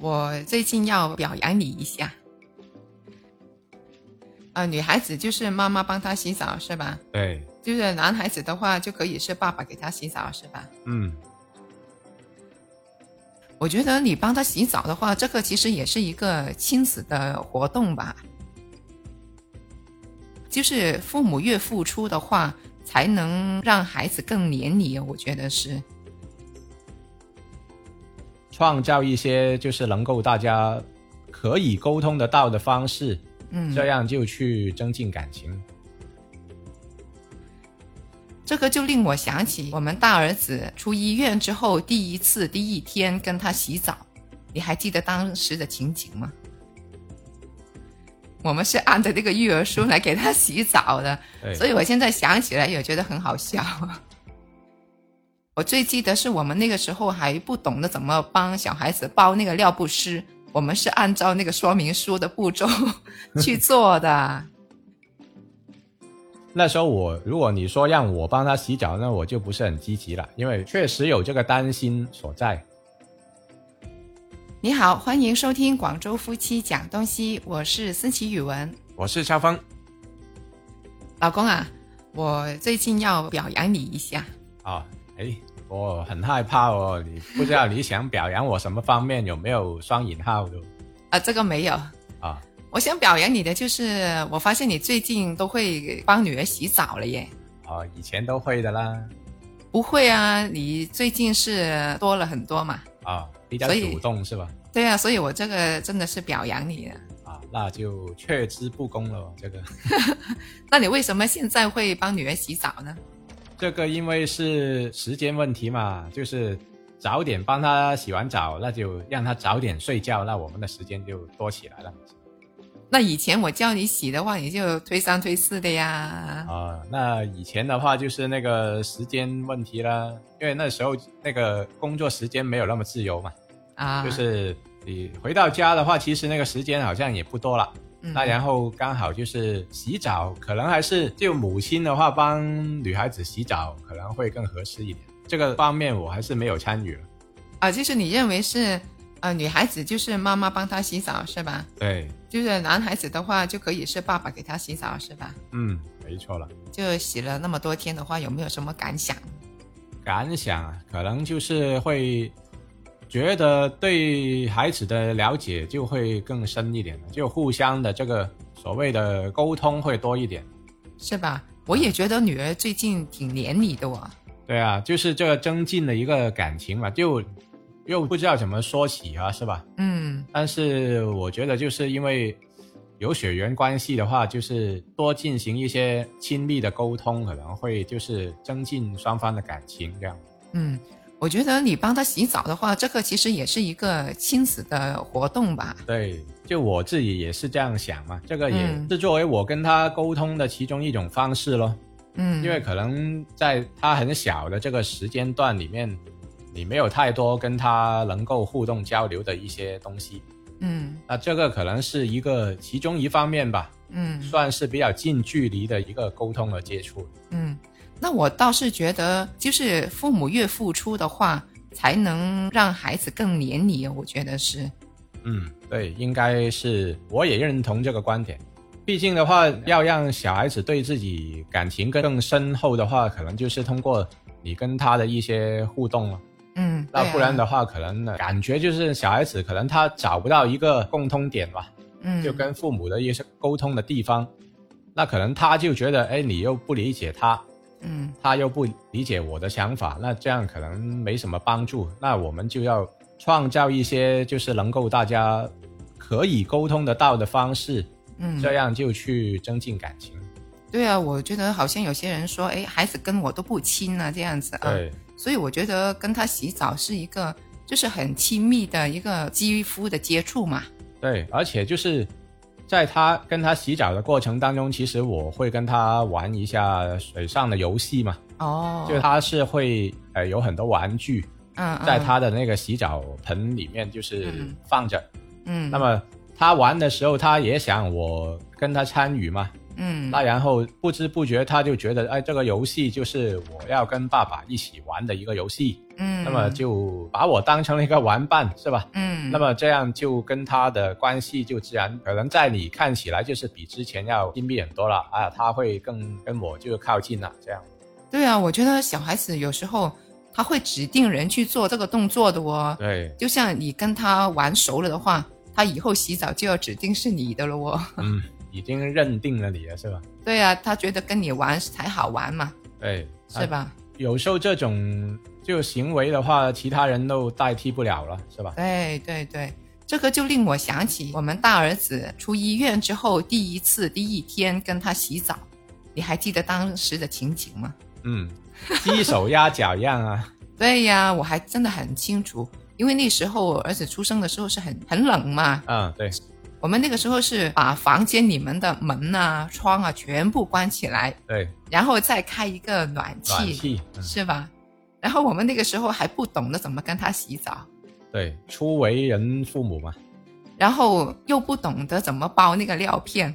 我最近要表扬你一下。啊、女孩子就是妈妈帮她洗澡是吧？对，就是男孩子的话，就可以是爸爸给他洗澡是吧？嗯，我觉得你帮他洗澡的话，这个其实也是一个亲子的活动吧。就是父母越付出的话，才能让孩子更黏你，我觉得是。创造一些就是能够大家可以沟通得到的方式，嗯，这样就去增进感情。这个就令我想起我们大儿子出医院之后第一次第一天跟他洗澡，你还记得当时的情景吗？我们是按着这个育儿书来给他洗澡的，对，所以我现在想起来也觉得很好笑。 我最记得是我们那个时候还不懂得怎么帮小孩子包那个尿不湿，我们是按照那个说明书的步骤 去做的。那时候我，如果你说让我帮他洗脚，那我就不是很积极了，因为确实有这个担心所在。你好，欢迎收听广州夫妻讲东西，我是思琪语文。我是超峰，老公啊，我最近要表扬你一下。啊，哎，我很害怕哦，你不知道你想表扬我什么方面，有没有双引号的啊，这个没有，啊？我想表扬你的就是，我发现你最近都会帮女儿洗澡了耶。啊，以前都会的啦，不会啊，你最近是多了很多嘛。啊，比较所以主动是吧？对啊，所以我这个真的是表扬你的。啊，那就却之不恭了哦，这个。那你为什么现在会帮女儿洗澡呢？这个因为是时间问题嘛，就是早点帮他洗完澡，那就让他早点睡觉，那我们的时间就多起来了。那以前我叫你洗的话，你就推三推四的呀。啊、那以前的话就是那个时间问题啦，因为那时候那个工作时间没有那么自由嘛，啊，就是你回到家的话，其实那个时间好像也不多了。嗯那然后刚好就是洗澡，可能还是就母亲的话帮女孩子洗澡可能会更合适一点。这个方面我还是没有参与了。啊，就是你认为是呃女孩子就是妈妈帮她洗澡是吧？对，就是男孩子的话，就可以是爸爸给他洗澡是吧？嗯，没错了。就洗了那么多天的话，有没有什么感想？感想啊，可能就是会觉得对孩子的了解就会更深一点了，就互相的这个所谓的沟通会多一点。是吧？我也觉得女儿最近挺黏你的哦。对啊，就是这个增进的一个感情嘛，就又不知道怎么说起啊，是吧？嗯，但是我觉得就是因为有血缘关系的话，就是多进行一些亲密的沟通，可能会就是增进双方的感情这样。嗯，我觉得你帮他洗澡的话，这个其实也是一个亲子的活动吧。对，就我自己也是这样想嘛，这个也嗯是作为我跟他沟通的其中一种方式咯。嗯，因为可能在他很小的这个时间段里面，你没有太多跟他能够互动交流的一些东西，嗯那这个可能是一个其中一方面吧，嗯算是比较近距离的一个沟通和接触。嗯，那我倒是觉得，就是父母越付出的话，才能让孩子更黏你。我觉得是，嗯，对，应该是我也认同这个观点。毕竟的话，要让小孩子对自己感情更深厚的话，可能就是通过你跟他的一些互动了。嗯，那对啊不然的话，可能呢感觉就是小孩子可能他找不到一个共通点吧，嗯，就跟父母的一些沟通的地方，那可能他就觉得，哎，你又不理解他，嗯他又不理解我的想法，那这样可能没什么帮助。那我们就要创造一些就是能够大家可以沟通得到的方式，嗯，这样就去增进感情。对啊，我觉得好像有些人说，哎，孩子跟我都不亲啊，这样子啊，对，所以我觉得跟他洗澡是一个就是很亲密的一个肌肤的接触嘛。对，而且就是在他跟他洗澡的过程当中，其实我会跟他玩一下水上的游戏嘛，哦，就他是会呃有很多玩具嗯，在嗯他的那个洗澡盆里面就是嗯放着，嗯，那么他玩的时候，他也想我跟他参与嘛，嗯那然后不知不觉他就觉得，哎，这个游戏就是我要跟爸爸一起玩的一个游戏，嗯，那么就把我当成了一个玩伴，是吧？嗯，那么这样就跟他的关系就自然可能在你看起来就是比之前要亲密很多了啊，他会更跟我就靠近了这样。对啊，我觉得小孩子有时候他会指定人去做这个动作的哦。对，就像你跟他玩熟了的话，他以后洗澡就要指定是你的了哦。 嗯，已经认定了你了是吧？对啊，他觉得跟你玩才好玩嘛，对，是吧？哎啊有时候这种就行为的话，其他人都代替不了了，是吧？对对对，这个就令我想起我们大儿子出医院之后第一次第一天跟他洗澡，你还记得当时的情景吗？嗯，鸡手压脚样啊，对呀，我还真的很清楚，因为那时候我儿子出生的时候是很很冷嘛，嗯，对，我们那个时候是把房间里面的门啊、窗啊全部关起来，对，然后再开一个暖气，暖气，嗯，是吧？然后我们那个时候还不懂得怎么跟他洗澡，对，初为人父母嘛，然后又不懂得怎么包那个尿片。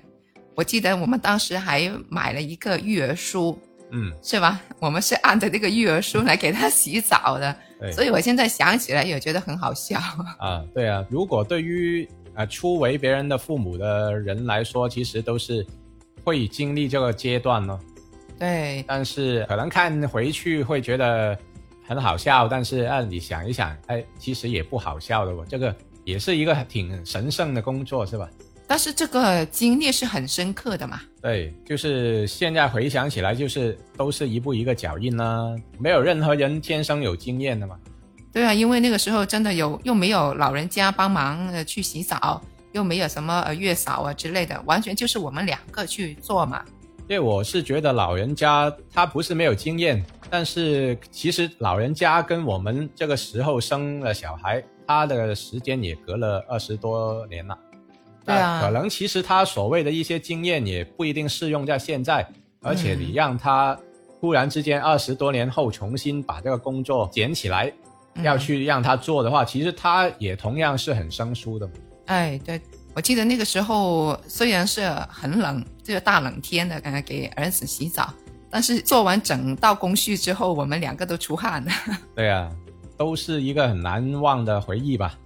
我记得我们当时还买了一个育儿书，嗯，是吧？我们是按着那个育儿书来给他洗澡的，对，所以我现在想起来也觉得很好笑。啊，对啊，如果对于啊初为别人的父母的人来说，其实都是会经历这个阶段呢、对，但是可能看回去会觉得很好笑，但是啊，你想一想，哎，其实也不好笑的哦，这个也是一个挺神圣的工作，是吧？但是这个经历是很深刻的嘛。对，就是现在回想起来，就是都是一步一个脚印啦、啊没有任何人天生有经验的嘛。对啊，因为那个时候真的有又没有老人家帮忙呃去洗澡，又没有什么呃月嫂啊之类的，完全就是我们两个去做嘛。因为我是觉得老人家他不是没有经验，但是其实老人家跟我们这个时候生了小孩，他的时间也隔了二十多年了。对啊那可能其实他所谓的一些经验也不一定适用在现在，而且嗯你让他突然之间二十多年后重新把这个工作捡起来，嗯要去让他做的话，其实他也同样是很生疏的嘛。哎，对，我记得那个时候虽然是很冷，这个大冷天的，呃，给儿子洗澡，但是做完整道工序之后，我们两个都出汗了。 对啊，都是一个很难忘的回忆吧。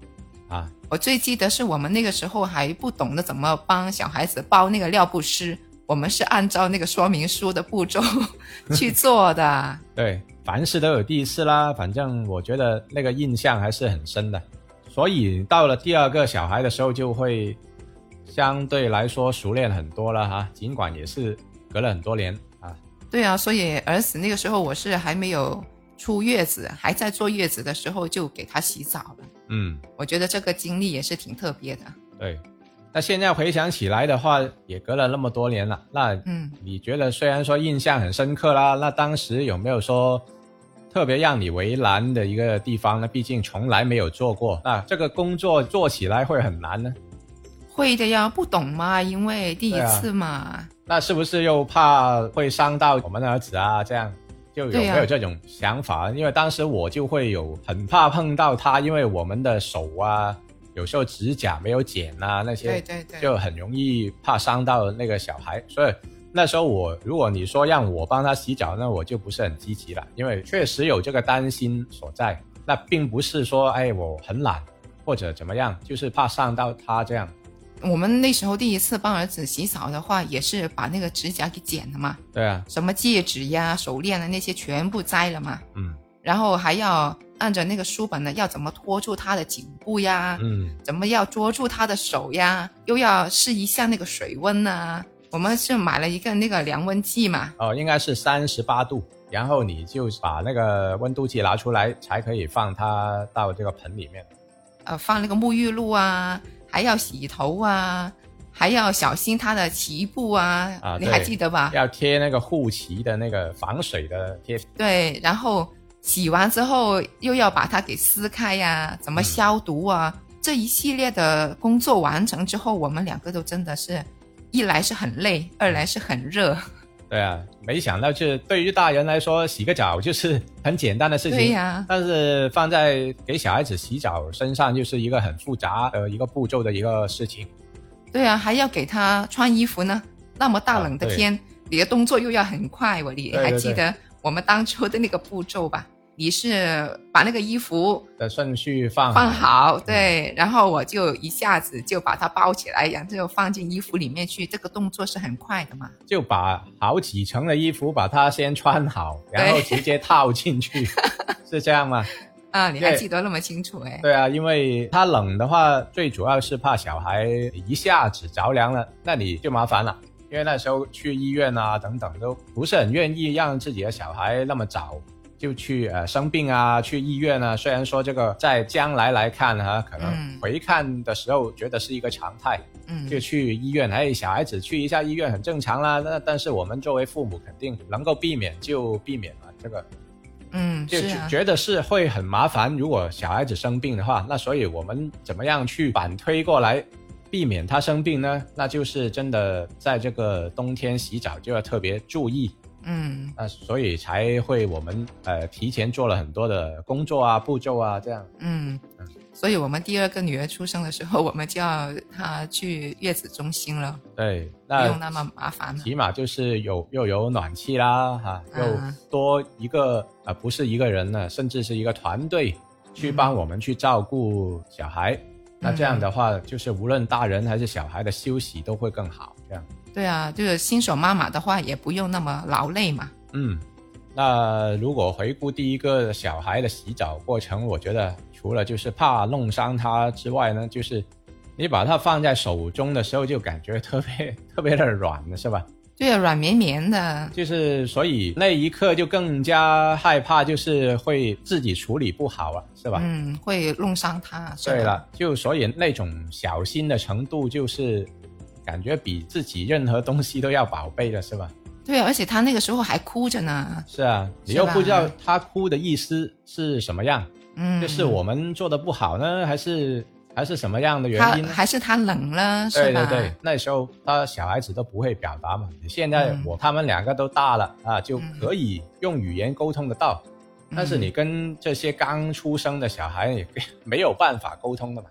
啊，我最记得是我们那个时候还不懂得怎么帮小孩子包那个尿不湿，我们是按照那个说明书的步骤 去做的。对，凡事都有第一次啦。反正我觉得那个印象还是很深的，所以到了第二个小孩的时候，就会相对来说熟练很多了哈、尽管也是隔了很多年啊，对啊，所以儿子那个时候我是还没有出月子，还在坐月子的时候就给他洗澡了。嗯，我觉得这个经历也是挺特别的。对。那现在回想起来的话，也隔了那么多年了。那嗯，你觉得，虽然说印象很深刻啦，那当时有没有说特别让你为难的一个地方呢？毕竟从来没有做过，那这个工作做起来会很难呢？会的呀，不懂嘛，因为第一啊次嘛。那是不是又怕会伤到我们的儿子啊？这样就有对没呀有这种想法？因为当时我就会有很怕碰到他，因为我们的手啊，有时候指甲没有剪啊那对些，对对，就很容易怕伤到那个小孩，所以。那时候我，如果你说让我帮他洗脚，那我就不是很积极了，因为确实有这个担心所在。那并不是说，哎，我很懒或者怎么样，就是怕伤到他这样。我们那时候第一次帮儿子洗澡的话，也是把那个指甲给剪了嘛，对啊，什么戒指呀、手链啊那些全部摘了嘛，嗯然后还要按着那个书本呢，要怎么拖住他的颈部呀，嗯，怎么要捉住他的手呀，又要试一下那个水温呐、我们是买了一个那个量温计嘛，哦，应该是三十八度，然后你就把那个温度计拿出来，才可以放它到这个盆里面。呃，放那个沐浴露啊，还要洗头啊，还要小心他的脐部啊，啊你还对记得吧？要贴那个护鳍的那个防水的贴纸。对，然后洗完之后又要把它给撕开呀、怎么嗯消毒啊？这一系列的工作完成之后，我们两个都真的是，一来是很累，二来是很热。对啊，没想到就是对于大人来说，洗个澡就是 很简单的事情。对呀、但是放在给小孩子洗澡身上，就是一个很复杂的一个步骤的一个事情。对呀、还要给他穿衣服呢，那么大冷啊的对天，你的动作又要很快。我你对对还记对得我们当初的那个步骤吧？你是把那个衣服的顺序放放好，嗯对，然后我就一下子就把它包起来，然后就放进衣服里面去。这个动作是很快的嘛？就把好几层的衣服把它先穿好，然后直接套 进去，是这样吗？啊，你还对记得那么清楚哎？ 对啊，因为它冷的话，最主要是怕小孩一下子着凉了，那你就麻烦了。因为那时候去医院啊等等都不是很愿意让自己的小孩那么早就去呃生病啊，去医院啊。虽然说这个在将来来看啊，可嗯能回看的时候觉得是一个常态，嗯，就去医院，哎，小孩子去一下医院很正常啦。那但是我们作为父母，肯定能够避免就避免了。这个嗯，就是啊，觉得是会很麻烦。如果小孩子生病的话，那所以我们怎么样去反推过来，避免他生病呢？那就是真的在这个冬天洗澡就要特别注意。嗯那所以才会我们呃提前做了很多的工作啊、步骤啊这样。嗯。所以我们第二个女儿出生的时候，我们就要她去月子中心了，对，不那用那么麻烦了。起码就是有又有暖气啦，哈、又嗯多一个呃，不是一个人呢，甚至是一个团队去帮我们去照顾小孩。那这样的话，就是无论大人还是小孩的休息都会更好。这样，对啊，就是新手妈妈的话，也不用那么劳累嘛。嗯，那如果回顾第一个小孩的洗澡过程，我觉得除了就是怕弄伤他之外呢，就是你把它放在手中的时候，就感觉特别 特别的软了，是吧？对啊，软绵绵的，就是所以那一刻就更加害怕，就是会自己处理不好啊，是吧？嗯，会弄伤她。是对的，了，就所以那种小心的程度，就是感觉比自己任何东西都要宝贝了，是吧？对啊，而且她那个时候还哭着呢。是啊，你是又吧不知道他哭的意思是什么样，嗯，就是我们做的不好呢，还是还是什么样的她原因呢？还是她冷了， 是对吧？对对，那时候他小孩子都不会表达嘛，现在嗯我、他们两个都大了啊，就嗯可以用语言沟通得到。但是你跟这些刚出生的小孩也没有办法沟通的嘛。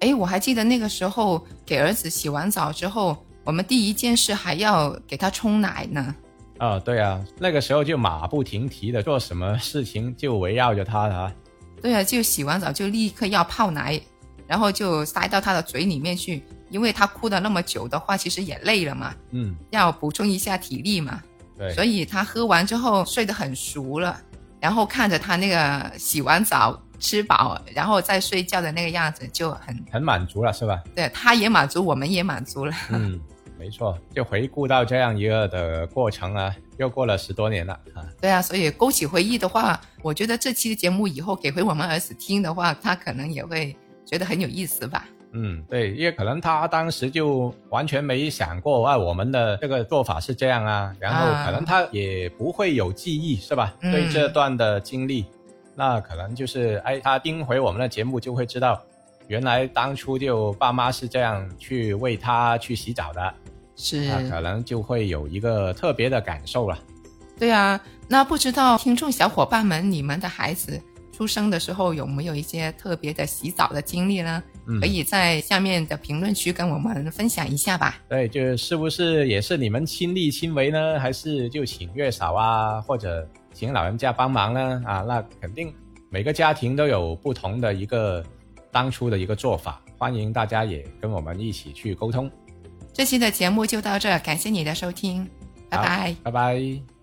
哎，我还记得那个时候给儿子洗完澡之后，我们第一件事还要给他冲奶呢。啊、对啊，那个时候就马不停蹄的做什么事情就围绕着他啊。对啊，就洗完澡就立刻要泡奶，然后就塞到他的嘴里面去，因为他哭了那么久的话，其实也累了嘛，嗯，要补充一下体力嘛。对，所以他喝完之后睡得很熟了，然后看着他那个洗完澡吃饱，然后再睡觉的那个样子，就很很满足了 是吧？对，他也满足，我们也满足了。 嗯，没错。就回顾到这样一个的过程啊，又过了十多年了啊。对啊，所以勾起回忆的话，我觉得这期节目以后给回我们儿子听的话，他可能也会觉得很有意思吧。嗯，对，因为可能他当时就完全没想过啊，我们的这个做法是这样啊，然后啊可能他也不会有记忆，是吧？嗯对这段的经历，那可能就是哎，他听回我们的节目就会知道，原来当初就爸妈是这样去为他去洗澡的，是，那可能就会有一个特别的感受了。对啊。那不知道听众小伙伴们，你们的孩子出生的时候有没有一些特别的洗澡的经历呢？嗯可，以在下面的评论区跟我们分享一下吧。对，哎就是是不是也是你们亲力亲为呢，还是就请月嫂啊，或者请老人家帮忙呢？啊，那肯定每个家庭都有不同的一个当初的一个做法，欢迎大家也跟我们一起去沟通。这期的节目就到这儿，感谢你的收听，拜好拜。拜拜。